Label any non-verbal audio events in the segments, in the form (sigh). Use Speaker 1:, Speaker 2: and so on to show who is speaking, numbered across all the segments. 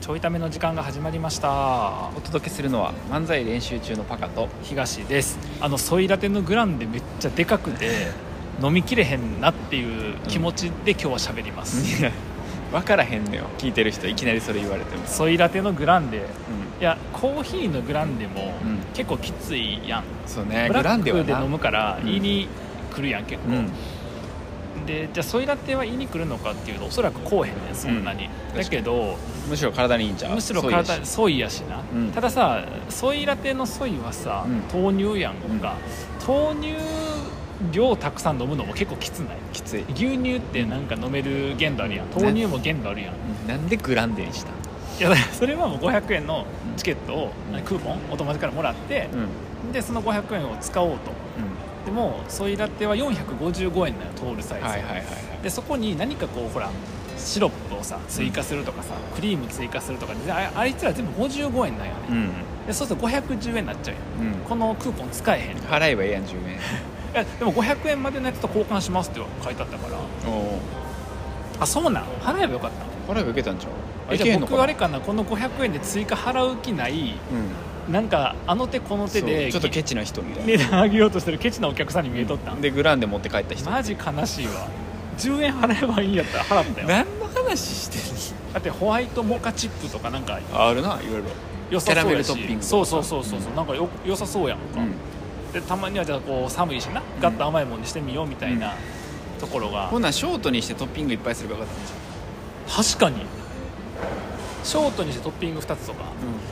Speaker 1: ちょいための時間が始まりました
Speaker 2: お届けするのは漫才練習中のパカと
Speaker 1: 東ですあのソイラテのグランデめっちゃでかくて飲みきれへんなっていう気持ちで今日は喋ります、
Speaker 2: 分からへんのよ聞いてる人いきなりそれ言われても
Speaker 1: ソイラテのグランデ
Speaker 2: う
Speaker 1: いやコーヒーのグランデも
Speaker 2: うん
Speaker 1: 結構きついやん、
Speaker 2: んそうね
Speaker 1: ブ
Speaker 2: グラ
Speaker 1: ラ
Speaker 2: ン
Speaker 1: ッ
Speaker 2: デは
Speaker 1: クで
Speaker 2: な
Speaker 1: 飲むから
Speaker 2: うん
Speaker 1: 胃に来るやん結構、
Speaker 2: うん
Speaker 1: でじゃあソイラテは胃に来るのかっていうとおそらくこうへんねんそんなに、
Speaker 2: うん
Speaker 1: だけど
Speaker 2: むしろ体にいいんちゃう
Speaker 1: むしろ
Speaker 2: そういうし
Speaker 1: 体にソイやしな、
Speaker 2: うん
Speaker 1: たださソイラテのソイはさ、
Speaker 2: うん
Speaker 1: 豆乳やんか、豆乳量たくさん飲むのも結構きつない
Speaker 2: きつい
Speaker 1: 牛乳ってなんか飲める限度あるやん豆乳も限度あるやん、
Speaker 2: うんなんでグランデにした
Speaker 1: いやだからそれはもう500円のチケットを、
Speaker 2: うん
Speaker 1: クーポンお友達からもらって
Speaker 2: う、んうん
Speaker 1: でその500円を使おうとでもソイラテは455円なのトールサイズ、
Speaker 2: はいはいはいはい
Speaker 1: でそこに何かこうほらシロップをさ追加するとかさ、クリーム追加するとかでああいつら全部55円なんよね、
Speaker 2: うん
Speaker 1: でそうすると510円になっちゃうよ
Speaker 2: うん
Speaker 1: このクーポン使えへんい
Speaker 2: 払えばええやん10円
Speaker 1: やでも500円までのやつと交換しますって書いてあったから
Speaker 2: おお
Speaker 1: あそうなん払えばよかったの
Speaker 2: 払えばいけたんちゃう
Speaker 1: え
Speaker 2: い
Speaker 1: じ
Speaker 2: け
Speaker 1: ゃ
Speaker 2: へ
Speaker 1: あ
Speaker 2: んの
Speaker 1: 僕あ
Speaker 2: か
Speaker 1: れ
Speaker 2: な
Speaker 1: かなこの500円で追加払う気ない
Speaker 2: うん
Speaker 1: なんかあの手この手
Speaker 2: そう
Speaker 1: で
Speaker 2: ちょっとケチな人みたいな
Speaker 1: 値段上げようとしてるケチなお客さんに見えとったん
Speaker 2: でグランデ持って帰った人
Speaker 1: マジ悲しいわ10円払えばいいんやったら払ったよだ
Speaker 2: 何の話してる
Speaker 1: ってホワイトモカチップとかなんか
Speaker 2: あるないろいろ
Speaker 1: 良さそうやし
Speaker 2: キャラメルトッピングとか
Speaker 1: そうそうそうそうそううなんかよ良さそうやんか、
Speaker 2: うん
Speaker 1: でたまにはじゃあこう寒いしなガッと甘いもんにしてみようみたいなところが、
Speaker 2: ほんならショートにしてトッピングいっぱいすればよかったんじ
Speaker 1: 確かにショートにしてトッピング2つとか、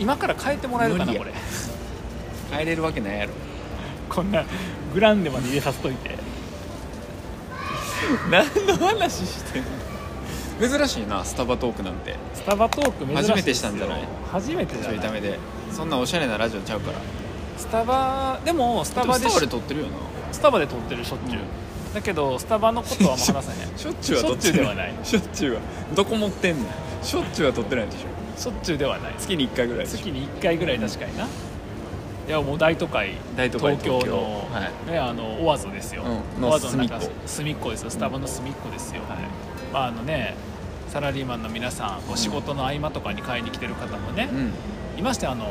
Speaker 1: 今から変えてもらえるかな
Speaker 2: 無理
Speaker 1: こ
Speaker 2: や
Speaker 1: れ (laughs)
Speaker 2: ゃん帰れるわけないやろ
Speaker 1: こんなグランデまで入れさせといて
Speaker 2: 何の話してんの珍しいなスタバトークなんて
Speaker 1: スタバトーク珍しいですよ
Speaker 2: 初めてしたんじゃない
Speaker 1: 初めてじ
Speaker 2: ちょい
Speaker 1: ゃ
Speaker 2: た
Speaker 1: ない
Speaker 2: めでそんなおしゃれなラジオちゃうから
Speaker 1: スタバでもスタ
Speaker 2: でも
Speaker 1: バ
Speaker 2: ス
Speaker 1: で
Speaker 2: タ
Speaker 1: し
Speaker 2: バで撮ってるよな
Speaker 1: スタバで撮ってるしょっちゅう、だけどスタバのことはあんま
Speaker 2: (laughs)
Speaker 1: 話さへん
Speaker 2: しょっちゅうは撮って
Speaker 1: しょっちゅうではない
Speaker 2: しょっちゅうはどこ持ってんのしょっちゅうは撮ってないでしょ
Speaker 1: しょっちゅうではない
Speaker 2: 月に1回ぐらいでしょ
Speaker 1: 月に1回ぐらい確かにな、いやもう大都会
Speaker 2: 大都会
Speaker 1: 東京の、
Speaker 2: 東
Speaker 1: ね、あのオアゾですよ、
Speaker 2: うんの
Speaker 1: オアゾの中
Speaker 2: 隅っこ
Speaker 1: 隅っこですよスタバの隅っこですよ、まああのねサラリーマンの皆さんこ
Speaker 2: ん
Speaker 1: う仕事の合間とかに買いに来てる方もね
Speaker 2: う、ん
Speaker 1: いましてあの、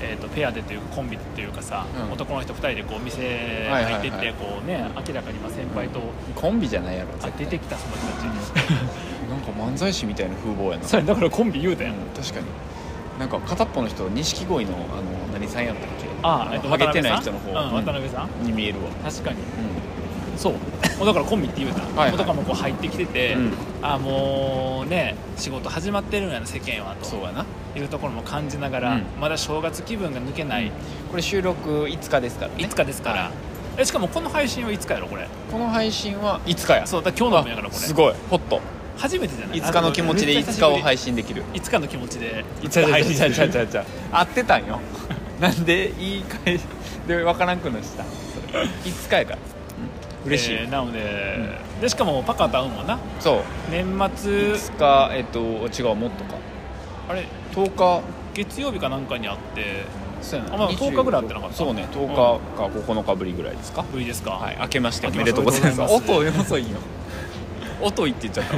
Speaker 1: えー、とペアでというかコンビっていうかさ、
Speaker 2: うん
Speaker 1: 男の人2人でこう店
Speaker 2: はいは
Speaker 1: 入
Speaker 2: いは
Speaker 1: っ
Speaker 2: い
Speaker 1: てってこうね、明らかにまあ先輩と、
Speaker 2: コンビじゃないやろ
Speaker 1: あ
Speaker 2: 絶
Speaker 1: 出て
Speaker 2: 対
Speaker 1: きたその人たち、
Speaker 2: なんか漫才師みたいな風貌やな
Speaker 1: (laughs) それだからコンビ言うたやん、
Speaker 2: うん確かになんか片っぽの人錦鯉のあの何さんやったっけ
Speaker 1: ああ、えっと、
Speaker 2: ハゲ
Speaker 1: 渡
Speaker 2: て
Speaker 1: 辺
Speaker 2: ない
Speaker 1: さん
Speaker 2: 人の方、
Speaker 1: うん、渡辺さん
Speaker 2: に見えるわ、
Speaker 1: 確かにそうもうだからコンビって言うたら、
Speaker 2: (laughs) はいはい
Speaker 1: もうとかもこう入ってきてて、
Speaker 2: うん
Speaker 1: あーもうね仕事始まってるんやな世間は
Speaker 2: そう
Speaker 1: と
Speaker 2: やな
Speaker 1: いうところも感じながら、
Speaker 2: うん
Speaker 1: まだ正月気分が抜けない
Speaker 2: これ収録5日ですからね
Speaker 1: 5日ですから、えしかもこの配信はいつかやろこれ
Speaker 2: この配信は5日や
Speaker 1: そうだから今日の分やからこれ
Speaker 2: すごいホット
Speaker 1: 初めてじゃない
Speaker 2: 5日の気持ちで5日を配
Speaker 1: 信
Speaker 2: 信できる
Speaker 1: 5日の気持ちで
Speaker 2: い
Speaker 1: 5日配信
Speaker 2: ちゃうちゃうちゃうちゃう合ってた
Speaker 1: (laughs)
Speaker 2: んよなんで言い返しで分からんくのしたんそれ5日やから嬉しい、
Speaker 1: えーなので、でしかもパカと会うもんな
Speaker 2: そう
Speaker 1: 年末
Speaker 2: 5日えっと違うもっとか
Speaker 1: あれ
Speaker 2: 10日
Speaker 1: 月曜日かなんかに会って
Speaker 2: そうやな
Speaker 1: あまあ10日ぐらい会ってなかった
Speaker 2: そうね10日か9日ぶりぐらいですか、
Speaker 1: V ですか、
Speaker 2: はい明けましてお
Speaker 1: 明
Speaker 2: め
Speaker 1: け
Speaker 2: で
Speaker 1: ま
Speaker 2: と
Speaker 1: して
Speaker 2: う
Speaker 1: お
Speaker 2: ご
Speaker 1: めでとうござ
Speaker 2: ざい
Speaker 1: い
Speaker 2: ま
Speaker 1: ますす
Speaker 2: 音遅いよ音いって言っちゃった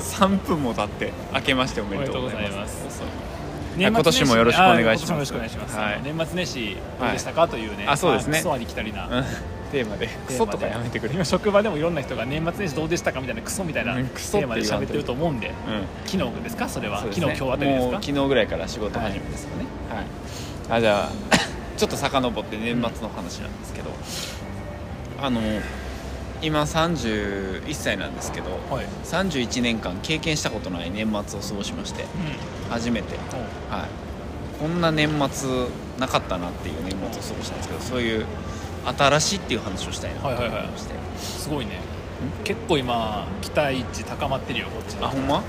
Speaker 2: 3分も経って明けましておめでとうございます
Speaker 1: おめでとうございます
Speaker 2: 遅い
Speaker 1: 年末
Speaker 2: 今年もよろしくお願いします
Speaker 1: あ今年もよろしくお願いします
Speaker 2: はい
Speaker 1: 年末年始どうでしたか、というね
Speaker 2: あそうですね
Speaker 1: まクソありきたりな、
Speaker 2: うんテーマでクソとかやめてくれ
Speaker 1: 今職場でもいろんな人が年末年始どうでしたかみたいなクソみたいな
Speaker 2: う
Speaker 1: テ
Speaker 2: んクソって
Speaker 1: ーマで
Speaker 2: 言わんと
Speaker 1: 喋ってると思うんで
Speaker 2: うん
Speaker 1: 昨日ですかそれは
Speaker 2: そうです
Speaker 1: 昨
Speaker 2: ね
Speaker 1: 日今日あたりです
Speaker 2: もう
Speaker 1: か
Speaker 2: 昨日ぐらいから仕事始めですよねはい、あじゃあちょっと遡って年末の話なんですけど、あの今31歳なんですけど
Speaker 1: はい、
Speaker 2: 31年間経験したことない年末を過ごしまして初めて
Speaker 1: うん
Speaker 2: はい、こんな年末なかったなっていう年末を過ごしたんですけどそういう新しいっていう話をしたいなと
Speaker 1: はい
Speaker 2: 思
Speaker 1: はいいはい
Speaker 2: まして、
Speaker 1: すごいね結構今期待値高まってるよこっち
Speaker 2: あほんま
Speaker 1: うん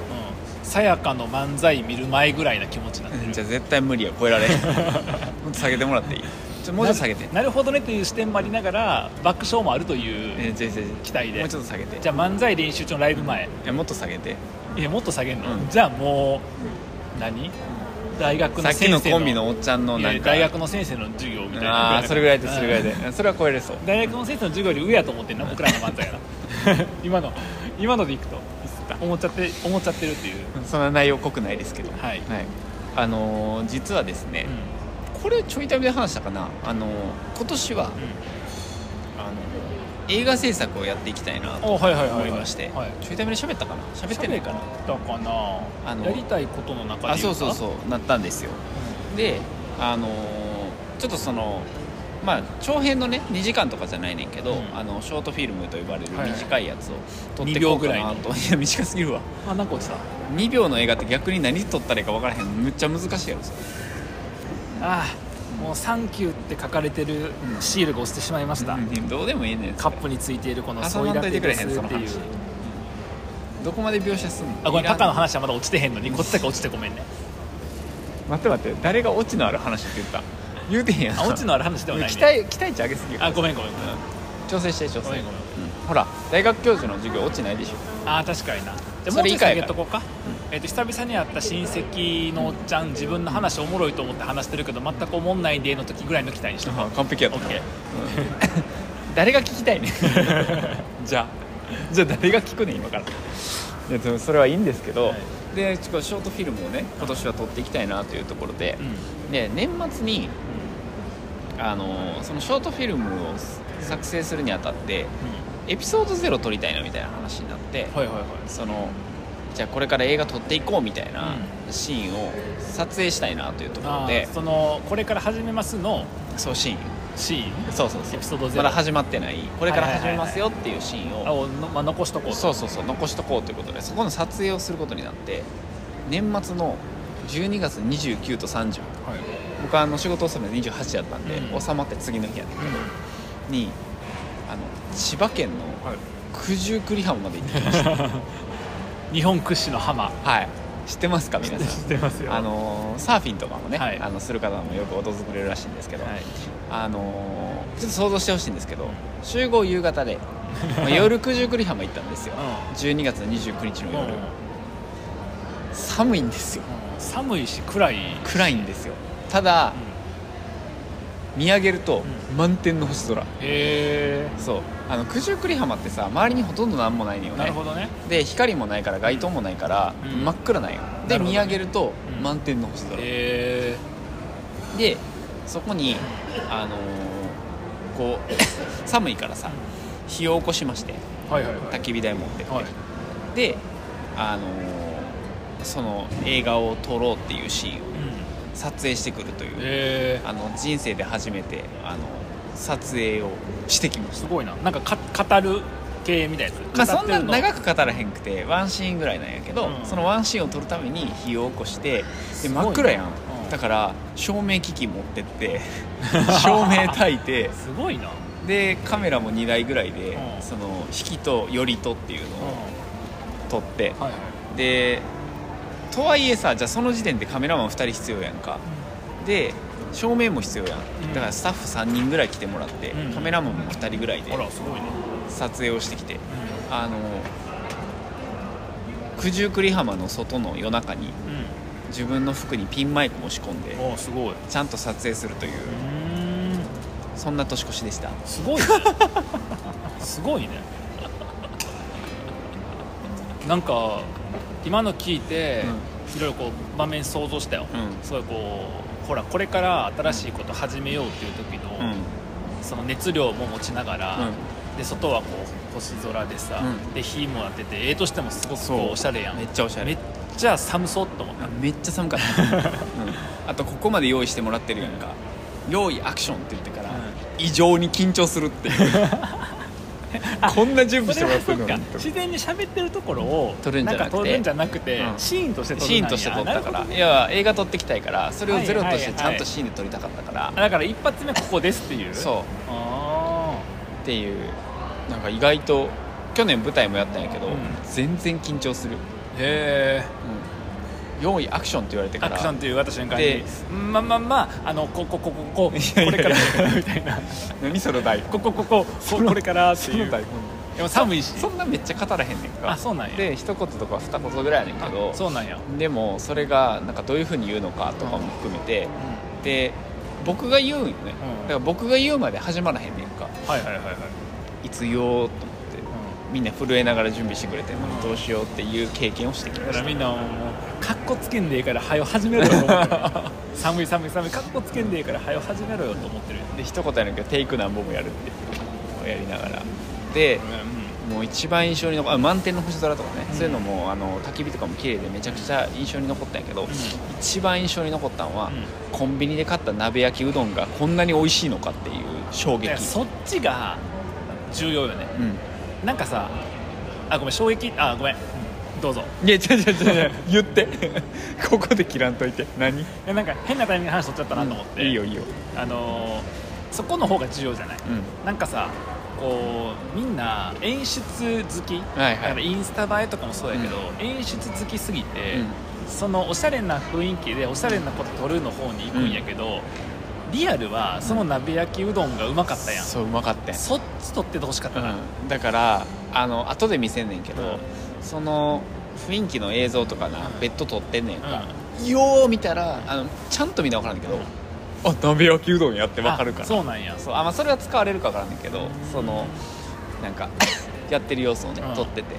Speaker 1: さやかの漫才見る前ぐらいな気持ちになってる
Speaker 2: じゃあ絶対無理や超え
Speaker 1: (laughs)
Speaker 2: られへんもっと下げてもらっていいちょもうちょっと下げて
Speaker 1: なるなるほどねという視点もありながら爆笑もあるとい
Speaker 2: え
Speaker 1: う
Speaker 2: じゃあじゃあじゃあ
Speaker 1: 期待で
Speaker 2: もうちょっと下げて
Speaker 1: じゃあ漫才練習中のライブ前、
Speaker 2: いやもっと下げて
Speaker 1: いやもっと下げんの、
Speaker 2: うん
Speaker 1: じゃあもう何大学の
Speaker 2: さっ
Speaker 1: 先生
Speaker 2: きのコンビのおっちゃんの
Speaker 1: い
Speaker 2: な
Speaker 1: やい
Speaker 2: ん
Speaker 1: や
Speaker 2: か
Speaker 1: 大学の先生の授業みたいな
Speaker 2: ああそれぐらいでそれぐらい
Speaker 1: で
Speaker 2: でそれは超えれそう (laughs)
Speaker 1: 大学の先生の授業より上やと思ってんな僕らの漫才やな今の今のでいくと思っちゃって思っちゃってるっていう
Speaker 2: そんな内容濃くないですけど、はい
Speaker 1: はい、
Speaker 2: あのー実はですね、これちょい旅で話したかな、あのー今年は、あの映画制作をやっていきたいなと
Speaker 1: おはいはいはいはい
Speaker 2: 思いまして、
Speaker 1: はい
Speaker 2: ちょい旅で喋ったかな喋ってないかな
Speaker 1: だかな
Speaker 2: あの
Speaker 1: やりたいことの中で
Speaker 2: あそうそう
Speaker 1: う
Speaker 2: そうなったんですよであのーちょっとそのまあ長編のね2時間とかじゃないねんけど、
Speaker 1: うん
Speaker 2: あのショートフィルムと呼ばれる
Speaker 1: はいはい
Speaker 2: 短いやつを撮って
Speaker 1: 2
Speaker 2: いこ
Speaker 1: 秒
Speaker 2: うか
Speaker 1: ぐらい
Speaker 2: な
Speaker 1: の
Speaker 2: と、いや短すぎ (laughs) るわ
Speaker 1: あなんか落ちた
Speaker 2: 2秒の映画って逆に何撮ったらいいか分からへんむっちゃ難しいやろそれ
Speaker 1: ああもう「サンキュー」って書かれてる
Speaker 2: うん
Speaker 1: シールが落ちてしまいました、
Speaker 2: うんどうでもいいねん
Speaker 1: カップについているこの
Speaker 2: 挟
Speaker 1: ソ
Speaker 2: ま
Speaker 1: イ
Speaker 2: ん
Speaker 1: ラ
Speaker 2: とい
Speaker 1: テ
Speaker 2: てく
Speaker 1: で
Speaker 2: れ
Speaker 1: す
Speaker 2: へ
Speaker 1: っ
Speaker 2: んその
Speaker 1: てい
Speaker 2: 話
Speaker 1: う
Speaker 2: どこまで描写すんの
Speaker 1: あごめんパカの
Speaker 2: の
Speaker 1: 話はまだ落ちてへんのにこっちだけ落ちてごめんね
Speaker 2: 待って待って誰がオチのある話って言った言うてへんやん
Speaker 1: あ落ち
Speaker 2: (laughs)
Speaker 1: のある話ではない
Speaker 2: 期
Speaker 1: ね
Speaker 2: 待期待値上げすぎる
Speaker 1: あごめんごめんごめん
Speaker 2: 調整して調整
Speaker 1: ごめんごめん
Speaker 2: うんほら大学教授の授業落ちないでしょ
Speaker 1: あー確かになじゃあも
Speaker 2: そうれ
Speaker 1: ちょっ
Speaker 2: 以
Speaker 1: と下
Speaker 2: 外
Speaker 1: げとこうか、えっと久々に会った親戚のおっちゃん自分の話おもろいと思って話してるけど全くおもんないでの時ぐらいの期待にしとこ
Speaker 2: 完璧や
Speaker 1: う OK
Speaker 2: 誰が聞きたいねじゃあ (laughs) じゃあ誰が聞くねん今からいやでもそれはいいんですけど、
Speaker 1: はい
Speaker 2: でちょっとショートフィルムをね今年は撮っていきたいなというところで
Speaker 1: う、ん
Speaker 2: で年末にあのそのショートフィルムを作成するにあたってエピソードゼロ撮りたいなみたいな話になって、
Speaker 1: はいはいはい
Speaker 2: そのじゃあこれから映画撮っていこうみたいなシーンを撮影したいなというところ
Speaker 1: あ
Speaker 2: で
Speaker 1: ー、そのこれから始めますの
Speaker 2: そうシーン
Speaker 1: シーン
Speaker 2: そうそうそ
Speaker 1: エ
Speaker 2: う
Speaker 1: ピソードゼ
Speaker 2: ま
Speaker 1: ロ
Speaker 2: だ始まってないこれから
Speaker 1: はいはい
Speaker 2: 始
Speaker 1: はい
Speaker 2: め
Speaker 1: はい
Speaker 2: ますよっていうシーンを、
Speaker 1: あをのまあ、残しとこうと
Speaker 2: そうそうそう残しとこうということでそこの撮影をすることになって年末の12月29と30
Speaker 1: はい
Speaker 2: 僕はあの仕事納めで28やったんで、
Speaker 1: うん
Speaker 2: 収まって次の日やねんけどにあの千葉県の
Speaker 1: はい
Speaker 2: 九十九里浜まで行ってきまし
Speaker 1: 日本屈指の浜 (laughs)
Speaker 2: たはい知ってますか皆さん
Speaker 1: てます
Speaker 2: あのーサーフィンとかもね、
Speaker 1: はい
Speaker 2: あのする方もよく訪れるらしいんですけど、
Speaker 1: はい、
Speaker 2: あのーちょっと想像してほしいんですけど集合夕方で、まあ、夜九十九里浜行ったんですよ、
Speaker 1: う
Speaker 2: 12月29日の
Speaker 1: うん
Speaker 2: 夜、寒いんですよ
Speaker 1: うん寒いし暗い、
Speaker 2: 暗いんですよただ見上げると
Speaker 1: う
Speaker 2: 満天の星空
Speaker 1: へ
Speaker 2: そうあの九十九里浜ってさ周りにほとんど何もないのよ
Speaker 1: え
Speaker 2: ね
Speaker 1: なるほどね
Speaker 2: で光もないから街灯もないから、
Speaker 1: うん
Speaker 2: 真っ暗なんよ
Speaker 1: な
Speaker 2: で
Speaker 1: るほど
Speaker 2: 見上げると
Speaker 1: うん
Speaker 2: 満天の星空、
Speaker 1: へ
Speaker 2: でそこにあのーこう (laughs) 寒いからさ火を起こしまして
Speaker 1: えはいはいは
Speaker 2: 焚き火台持ってって、
Speaker 1: はい
Speaker 2: であのーその映画を撮ろうっていうシーンを
Speaker 1: うん
Speaker 2: 撮影してくるという、
Speaker 1: へえ
Speaker 2: あの人生で初めてあの撮影をしてきまし
Speaker 1: す
Speaker 2: た
Speaker 1: ごいななんかか語る系みたいなやつ
Speaker 2: まあ、そんな長
Speaker 1: く
Speaker 2: く語らへんくてワンシーンぐらいなんやけど、
Speaker 1: うん
Speaker 2: そのワンシーンを撮るために火を起こして
Speaker 1: す
Speaker 2: で
Speaker 1: ごいね
Speaker 2: 真っ暗やん、
Speaker 1: うん
Speaker 2: だから照明機器持ってって (laughs) 照明焚いて
Speaker 1: すごいな、
Speaker 2: でカメラも2台ぐらいで、
Speaker 1: うん
Speaker 2: その引きと寄りとっていうの
Speaker 1: うん
Speaker 2: を撮って、
Speaker 1: はいはい
Speaker 2: でとはいえさじゃあその時点でカメラマン2人必要やんかで照明も必要やん、
Speaker 1: うん
Speaker 2: だからスタッフ3人ぐらい来てもらって、
Speaker 1: うん
Speaker 2: カメラマンも2人ぐらいで
Speaker 1: あらすごいね、
Speaker 2: 撮影をしてきてあの九十九里浜の外の夜中に
Speaker 1: う
Speaker 2: 自分の服にピンマイクも仕込んで
Speaker 1: んうん、あすごいう
Speaker 2: ちゃんと撮影するという
Speaker 1: ーん
Speaker 2: そんな年越しでした
Speaker 1: すごいね (laughs) すごいねなんか今の聞いて、いろいろこう場面想像したよ、
Speaker 2: うん
Speaker 1: すごいこうほらこれから新しいこと始めようっていう時の、
Speaker 2: うん
Speaker 1: その熱量も持ちながら、で外はこう星空でさ、
Speaker 2: うん
Speaker 1: で火も当ててええとしてもすごくこ
Speaker 2: そ
Speaker 1: う
Speaker 2: う
Speaker 1: おしゃれやん
Speaker 2: め
Speaker 1: め
Speaker 2: っ
Speaker 1: っ
Speaker 2: ちゃおしゃれ
Speaker 1: ちゃ寒そうって
Speaker 2: (laughs)
Speaker 1: 思った、
Speaker 2: あめっちゃ寒かった、うんあとここまで用意してもらってるやんか用意アクションって言ってから、
Speaker 1: うん
Speaker 2: 異常に緊張するっていう
Speaker 1: (laughs)
Speaker 2: こんな準備してもらってるの
Speaker 1: それは
Speaker 2: に
Speaker 1: そっか自然に喋ってるところを
Speaker 2: 撮るんじゃなくて
Speaker 1: んか撮るんじゃなくて、
Speaker 2: うん
Speaker 1: シーンとして撮る
Speaker 2: シーンとして撮った
Speaker 1: な
Speaker 2: か
Speaker 1: んやなる
Speaker 2: ら
Speaker 1: ほどね
Speaker 2: いや映画撮ってきたいからそれをゼロとしてちゃんとシーンで撮りたかったから、
Speaker 1: だから一発目ここですっていう
Speaker 2: そう
Speaker 1: あ
Speaker 2: っていうなんか意外と去年舞台もやったんやけど、
Speaker 1: うん
Speaker 2: 全然緊張す
Speaker 1: ー
Speaker 2: る、
Speaker 1: へえ
Speaker 2: うん、用意アクションって言われてか
Speaker 1: ア
Speaker 2: ら
Speaker 1: クションって言われた瞬間
Speaker 2: で
Speaker 1: にうんまあまあまああのこここここここ
Speaker 2: やいや
Speaker 1: れからみたいな
Speaker 2: 何その台
Speaker 1: ここここここれからっていうでも寒いし
Speaker 2: そんなめっちゃ語らへんねんか
Speaker 1: あそうなんや
Speaker 2: で一言とか二言ぐらいやねんけど
Speaker 1: あそうなんや、
Speaker 2: でもそれがなんかどういうふうに言うのかとかも含めて、で僕が言うんよ
Speaker 1: うん
Speaker 2: ね、だから僕が言うまで始まらへんねんか
Speaker 1: はいはいはいはい、
Speaker 2: いつ言おうと思って
Speaker 1: う
Speaker 2: みんな震えながら準備してくれて、まあどうしようっていう経験をしてき
Speaker 1: だ
Speaker 2: ま
Speaker 1: から
Speaker 2: し
Speaker 1: みんなもうかっこつけんでええから早よ始めろよと思って (laughs) る寒い寒い寒いかっこつけんでええから早よ始めろよと思ってる、
Speaker 2: たで一言やるけどテイク何本もやるっていうやりながらでもう一番印象に残あ満天の星空とかね、
Speaker 1: うん
Speaker 2: そういうのもあの焚き火とかも綺麗でめちゃくちゃ印象に残ったんやけど、一番印象に残ったのは、
Speaker 1: うん
Speaker 2: コンビニで買った鍋焼きうどんがこんなに美味しいのかっていう衝
Speaker 1: い
Speaker 2: 撃
Speaker 1: やそっちが重要よね
Speaker 2: うん
Speaker 1: なんかさあごめん衝撃あごめんどうぞ
Speaker 2: いや違う違う違う違う言って (laughs) ここで切らんといて何
Speaker 1: いやなんか変なタイミングで話取っちゃったなと思って、
Speaker 2: いいよいいよ
Speaker 1: あのーそこの方が重要じゃない、
Speaker 2: うん
Speaker 1: なんかさこうみんな演出好き、
Speaker 2: はい
Speaker 1: だか
Speaker 2: は
Speaker 1: ら
Speaker 2: い
Speaker 1: インスタ映えとかもそうやけど、演出好きすぎて、
Speaker 2: うん
Speaker 1: そのおしゃれな雰囲気でおしゃれなこと撮るの方に行くんやけど、リアルはその鍋焼きうどんがうまかったやん、
Speaker 2: そううまかったやん
Speaker 1: そっち撮っててほしかったな、
Speaker 2: うんだからあの後で見せんねんけど、
Speaker 1: うん
Speaker 2: その雰囲気の映像とかな、
Speaker 1: うん
Speaker 2: 別途撮ってんねん
Speaker 1: うん
Speaker 2: か、よう見たらあのちゃんと見な分からんけど、あ鍋焼きうどんやって分かるから
Speaker 1: あそうなんや
Speaker 2: そうあ、まあ、それは使われるか分からんねんけど、
Speaker 1: うん
Speaker 2: そのな
Speaker 1: (laughs)
Speaker 2: んかやってる様子をね、
Speaker 1: うん
Speaker 2: 撮ってて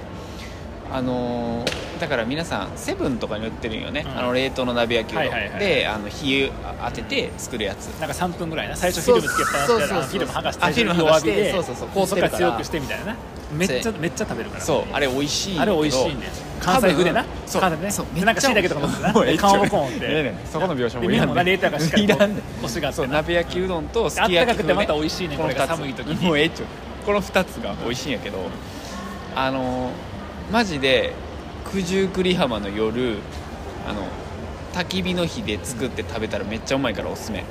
Speaker 2: あのーだから皆さんセブンとかに売ってるんよね、
Speaker 1: うん
Speaker 2: あの冷凍の鍋焼きうどん、
Speaker 1: はいはいはい
Speaker 2: であの火当てて作るやつ
Speaker 1: なんか3分ぐらいな最初フィルムつけっぱなし
Speaker 2: そう
Speaker 1: で
Speaker 2: そう
Speaker 1: あ
Speaker 2: そう
Speaker 1: フィルム剥がして
Speaker 2: あフィルム剥がして
Speaker 1: 弱火で
Speaker 2: そうそうそう
Speaker 1: こ
Speaker 2: こ
Speaker 1: う
Speaker 2: う
Speaker 1: そ
Speaker 2: す
Speaker 1: っ
Speaker 2: る
Speaker 1: か
Speaker 2: から
Speaker 1: ら強くしてみたいなめっちゃめっちゃ食べるから
Speaker 2: そうあれ美味しい
Speaker 1: あ
Speaker 2: んやけ
Speaker 1: れ
Speaker 2: ど
Speaker 1: 美味しいね関西風でな
Speaker 2: そう
Speaker 1: 関西でね
Speaker 2: そう
Speaker 1: でなんかしいだけとかもってなで顔もコーンって
Speaker 2: ええねんそこの描写も
Speaker 1: で
Speaker 2: いら
Speaker 1: 麺
Speaker 2: ん
Speaker 1: も
Speaker 2: ねん
Speaker 1: な冷凍やからしっかり
Speaker 2: いらんねん
Speaker 1: コシがあって
Speaker 2: そう
Speaker 1: な
Speaker 2: 鍋焼きうどんとす
Speaker 1: あっ
Speaker 2: き焼き風、
Speaker 1: た
Speaker 2: ね、
Speaker 1: かくてまた美味しいね
Speaker 2: こ
Speaker 1: これ
Speaker 2: の2
Speaker 1: が
Speaker 2: つ
Speaker 1: 寒い時に
Speaker 2: もうええっちゅうこの2つが美味しいんやけどあのーマジで九十九里浜の夜あの焚き火の火で作って食べたらめっちゃうまいからおすすめ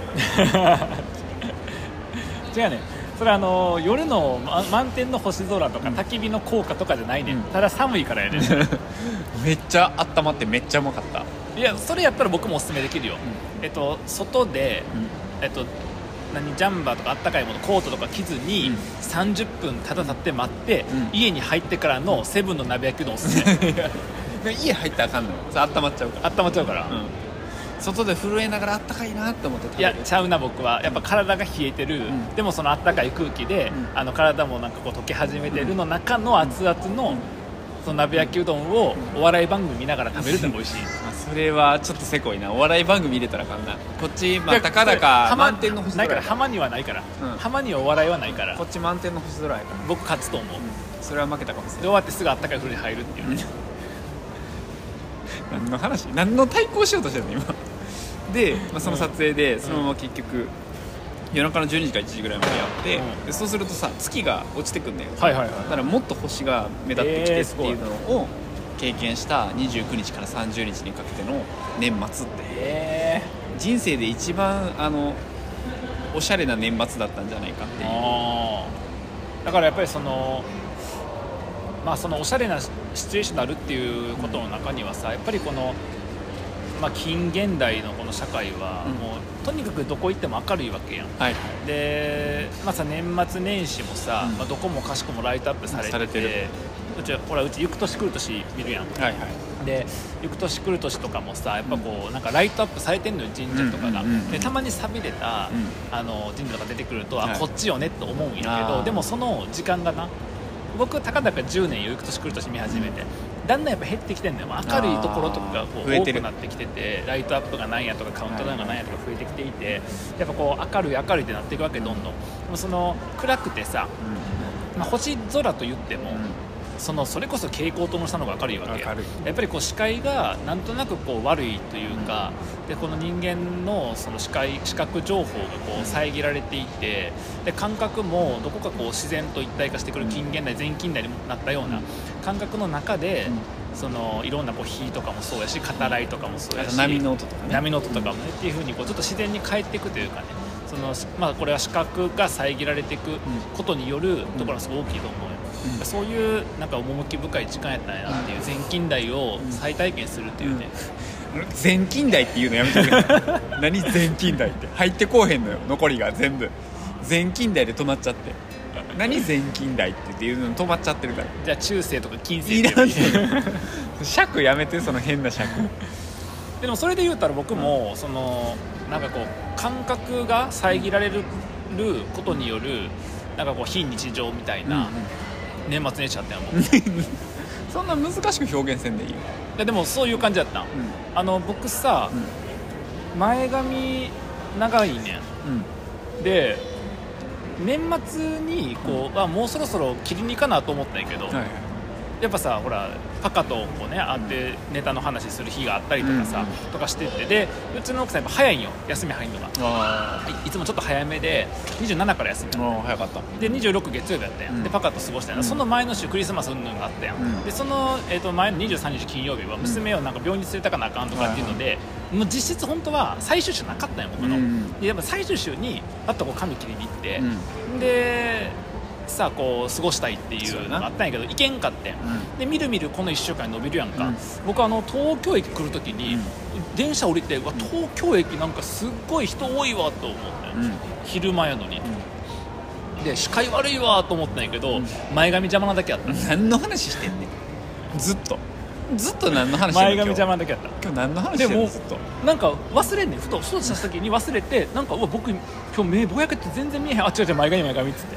Speaker 1: 違うねそれはあのー夜のま満天の星空とか焚き火の効果とかじゃないね
Speaker 2: うん
Speaker 1: ただ寒いからやね
Speaker 2: めっちゃあったまってめっちゃうまかった、
Speaker 1: いやそれやったら僕もおすすめできるよえっと外でえっと何ジャンバーとかあったかいものコートとか着ずに、
Speaker 2: うん
Speaker 1: 30分ただたって待って、
Speaker 2: うん
Speaker 1: 家に入ってからのセブンの鍋焼きうどんおすすめ
Speaker 2: (laughs) で家入ったらあかんのよそれあったまっちゃうから、
Speaker 1: 温まっちゃうから、
Speaker 2: うん外で震えながらあったかいなって思って食
Speaker 1: い
Speaker 2: べる
Speaker 1: やちゃうな僕はやっぱ体が冷えてる、
Speaker 2: ん
Speaker 1: でもそのあったかい空気で、
Speaker 2: うん
Speaker 1: あの体もなんかこう溶け始めてるの中の熱々の,、その鍋焼きうどんをお笑い番組見ながら食べるってのが美
Speaker 2: (laughs)
Speaker 1: 味しい
Speaker 2: まあそれはちょっとせこいなお笑い番組入れたらあかんなこっちま
Speaker 1: い
Speaker 2: あ
Speaker 1: や
Speaker 2: たかだ
Speaker 1: そ
Speaker 2: か
Speaker 1: れ浜
Speaker 2: 満点の星
Speaker 1: ない
Speaker 2: 空
Speaker 1: か
Speaker 2: や
Speaker 1: ら
Speaker 2: から
Speaker 1: 浜にはないから、
Speaker 2: うん
Speaker 1: 浜にはお笑いはないから
Speaker 2: こっち満点の星空やから、
Speaker 1: 僕勝つと思う、で
Speaker 2: それは負けたかもしれ
Speaker 1: 終
Speaker 2: ない
Speaker 1: わってすぐあったかい風呂に入るっていう、
Speaker 2: 何の話何の対抗しようとしてんの今で、まあ、その撮影でそのまま結局夜中の12時から1時ぐらいまでやって、
Speaker 1: うん
Speaker 2: でそうするとさ月が落ちてくんだよ
Speaker 1: はいはいはい
Speaker 2: だからもっと星が目立ってき
Speaker 1: え
Speaker 2: て
Speaker 1: ー
Speaker 2: っ
Speaker 1: す
Speaker 2: て
Speaker 1: ごい
Speaker 2: いうのを経験した29日から30日にかけての年末って
Speaker 1: え
Speaker 2: 人生で一番あのおしゃれな年末だったんじゃないかっていう
Speaker 1: あーだからやっぱりそのまあそのおしゃれなシシチュエーションになるっていうことの中にはさやっぱりこの、まあ、近現代のこの社会は
Speaker 2: うん
Speaker 1: もう、とにかくどこ行っても明るいわけやん
Speaker 2: はい
Speaker 1: で、まあ、さ年末年始もさ、
Speaker 2: うん
Speaker 1: まあ、どこもかしこもライトアップされて
Speaker 2: されてる
Speaker 1: うちほらうち行く年来る年見るやん
Speaker 2: はいはい
Speaker 1: で行く年来る年とかもさやっぱこうなんかライトアップされてんのよ神社とかが、
Speaker 2: うんうんうんうん
Speaker 1: でたまに錆びれた、
Speaker 2: う
Speaker 1: あの神社とか出てくると、
Speaker 2: は
Speaker 1: あ
Speaker 2: い
Speaker 1: こっちよねって思うんやけ
Speaker 2: あ
Speaker 1: ど
Speaker 2: ー
Speaker 1: でもその時間がな僕たかだか10年よ行く年来る年見始めて、だんだんやっぱ減ってきてんのよまあ明るいところとかがこ
Speaker 2: あ
Speaker 1: う
Speaker 2: ー増え
Speaker 1: 多
Speaker 2: てる
Speaker 1: くなってきててライトアップがなんやとかカウントダウンがなんやとか増えてきていてやっぱこう明るい明るいってなっていくわけどんどんでもその暗くてさ、まあ、星空と言っても、そのそれこそ蛍光灯の下の方が明るいわけ
Speaker 2: 明るい
Speaker 1: やっぱりこう視界がなんとなくこう悪いというか、でこの人間のその視界視覚情報がこう遮られていてで感覚もどこかこう自然と一体化してくる近現代全近代になったような感覚の中で、そのいろんなこう火とかもそうやし語らいとかもそう
Speaker 2: あ
Speaker 1: や
Speaker 2: と
Speaker 1: し
Speaker 2: 波の音とかね
Speaker 1: 波の音とかもねっていうふうにこうちょっと自然に返っていくというかねその、まあ、これは視覚が遮られていくことによるところがすごい大きいと思うよ、
Speaker 2: うん
Speaker 1: そういうなんか趣深い時間やったんやなっていう全近代を再体験するっていうね、
Speaker 2: 全近代っていうのやめてくれ (laughs) 何全近代って入ってこうへんのよ残りが全部全近代で止まっちゃって何全近代ってっていうの止まっちゃってるから
Speaker 1: じゃあ中世とか近世
Speaker 2: い
Speaker 1: っ
Speaker 2: い
Speaker 1: て
Speaker 2: な
Speaker 1: いうの
Speaker 2: っ
Speaker 1: いいね
Speaker 2: て (laughs) 尺やめてその変な尺
Speaker 1: でもそれで言うたら僕も、そのなんかこう感覚が遮られることによるなんかこう非日常みたいな、年末年始やったんやもん
Speaker 2: (laughs) そんな難しく表現せんでいいよ、
Speaker 1: いやでもそういう感じやったんあの僕さ、前髪長いね
Speaker 2: うんうん
Speaker 1: んで年末にこう、あもうそろそろ切りに行かなと思ったんやけど、
Speaker 2: はいはい
Speaker 1: やっぱさほらパカとこうね会ってネタの話する日があったりとかさ、
Speaker 2: う
Speaker 1: とかしてってでうちの奥さんやっぱ早いんよ休み入るのが
Speaker 2: あ
Speaker 1: いいつもちょっと早めで27から休みなの
Speaker 2: あ早かった
Speaker 1: で26月曜日やったやん、
Speaker 2: うん
Speaker 1: でパカと過ごしたやん、
Speaker 2: うん
Speaker 1: その前の週クリスマス云々があったやん、
Speaker 2: うん
Speaker 1: でその、えー、と前の23日金曜日は娘をなんか病院に連れたかなあかんとかっていうので、もう実質本当は最終週なかったんよ僕の、
Speaker 2: うん
Speaker 1: でやっぱ最終週にあとこう髪切りに行って
Speaker 2: う、ん
Speaker 1: でさあこう過ごしたいっていうのがあったんやけど行けんかってん、
Speaker 2: う
Speaker 1: でみるみるこの1週間に伸びるやんか、
Speaker 2: うん
Speaker 1: 僕あの東京駅来るときに、電車降りてうわ東京駅なんかすっごい人多いわと思って、
Speaker 2: うん
Speaker 1: 昼間やのに、で視界悪いわと思ったんやけど、前髪邪魔なだけやった
Speaker 2: 何の話してんねんずっとずっと何の話して
Speaker 1: 前髪
Speaker 2: んねん今日
Speaker 1: 邪魔なだけやった
Speaker 2: 今日何の話して
Speaker 1: で
Speaker 2: んの
Speaker 1: も
Speaker 2: ずっと
Speaker 1: なんか忘れんねんふとそうした時に忘れてなんかうわ僕今日目ぼやけて全然見えへんあ違う違う前髪前髪っつって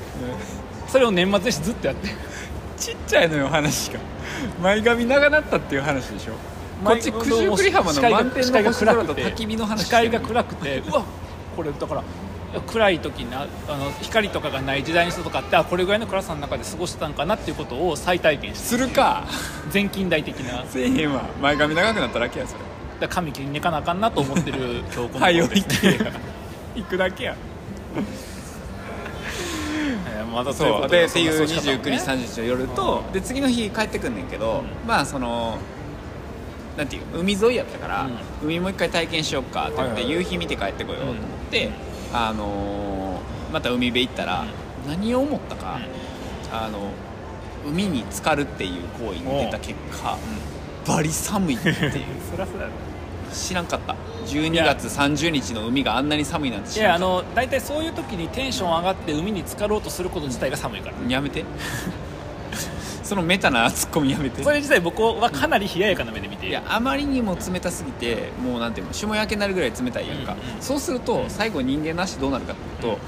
Speaker 1: それを年末年始ずっとやって
Speaker 2: ちっちゃいのよ話が前髪長なったっていう話でしょこっち九十九里浜の満天の星空と焚き火の話
Speaker 1: 視界が暗くてうわこれだから暗い時なあの光とかがない時代の人とかってあこれぐらいの暗さの中で過ごしてたんかなっていうことを再体験して
Speaker 2: するか
Speaker 1: 全近代的なだか
Speaker 2: せえへんわ前髪長くなっただけやそれ
Speaker 1: ら髪切りに行かなあかんなと思ってる今日この
Speaker 2: はい
Speaker 1: 頃
Speaker 2: 行
Speaker 1: です
Speaker 2: けや行くだけや
Speaker 1: (laughs) えーまたそういう
Speaker 2: そ
Speaker 1: こ
Speaker 2: う
Speaker 1: と
Speaker 2: で
Speaker 1: が
Speaker 2: っていう
Speaker 1: そんな過ごし方も
Speaker 2: 29
Speaker 1: ね
Speaker 2: 日30日の夜とで次の日帰ってくんねんけどまあそのなんていう海沿いやったから
Speaker 1: うん
Speaker 2: 海もう一回体験しよっかって言っ
Speaker 1: はいは
Speaker 2: て
Speaker 1: いはい
Speaker 2: 夕日見て帰ってこようと思ってあのーまた海辺行ったら何を思ったかあの海に浸かるっていう行為に出た結果バリ寒
Speaker 1: (laughs)
Speaker 2: いっていう
Speaker 1: そりゃそうだよ
Speaker 2: 知らんかった12月30日の海があんなに寒いなんて
Speaker 1: い
Speaker 2: 知
Speaker 1: や
Speaker 2: ら
Speaker 1: あ
Speaker 2: んかっ
Speaker 1: の大体そういう時にテンション上がって海に浸かろうとすること自体が寒いから
Speaker 2: たやめて (laughs) そのメタなツッコミやめて
Speaker 1: それ自体僕はかなり冷ややかな目で見てい
Speaker 2: い
Speaker 1: る
Speaker 2: やあまりにも冷たすぎてもうなんていうの霜焼けになるぐらい冷たいやんか、
Speaker 1: うんうん
Speaker 2: そうすると最後人間なしどうなるかっていうと、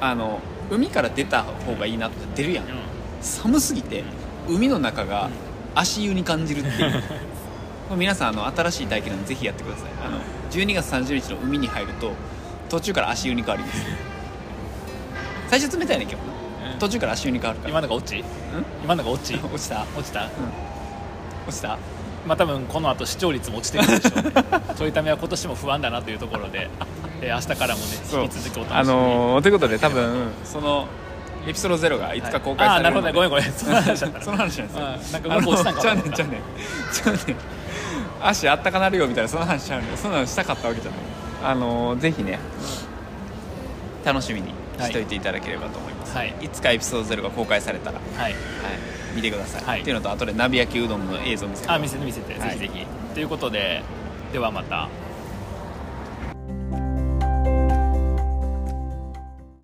Speaker 2: あの海から出た方がいいなって出るやん
Speaker 1: うん
Speaker 2: 寒すぎて海の中が足湯に感じるってい
Speaker 1: (laughs)
Speaker 2: うこれ皆さんあの新しい体験なんでぜひやってくださいあの12月30日の海に入ると途中から足湯に変わり
Speaker 1: (laughs)
Speaker 2: ます最初冷たいねんけどな
Speaker 1: うん
Speaker 2: 途中から足湯に変わるから
Speaker 1: 今のが落ち今のが落ち
Speaker 2: (laughs) 落ちた
Speaker 1: 落ちた
Speaker 2: 落ちた
Speaker 1: まあ多分この後視聴率も落ちてくるでしょうね
Speaker 2: (laughs)
Speaker 1: ちょいためは今年も不安だなというところで、えー明日からもね
Speaker 2: そう
Speaker 1: 引き続きお楽しみに、
Speaker 2: あのーということで多分そのエピソードゼロがいつか公開
Speaker 1: はいあ
Speaker 2: さ
Speaker 1: ー
Speaker 2: れ
Speaker 1: なる
Speaker 2: る
Speaker 1: ほどねごめんごめんその話だった
Speaker 2: (laughs) その話なんです
Speaker 1: (laughs)
Speaker 2: よ
Speaker 1: あーなんか
Speaker 2: あ
Speaker 1: うまく落ちたんか
Speaker 2: の (laughs) ちゃうねんちゃうねんちゃうねん足あったかなるよみたいなその話ちゃうねんそんなのしたかったわけじゃないあのーぜひね楽しみにしといていただければと思います、
Speaker 1: はい
Speaker 2: い、つかエピソードゼロが公開されたら、は
Speaker 1: は
Speaker 2: い、
Speaker 1: い
Speaker 2: 見てください、
Speaker 1: はい
Speaker 2: っていうのとあとで鍋焼きうどんの映像見せてくだ
Speaker 1: あ
Speaker 2: さい
Speaker 1: 見せて見せて、
Speaker 2: はい
Speaker 1: ぜひぜひということでではまた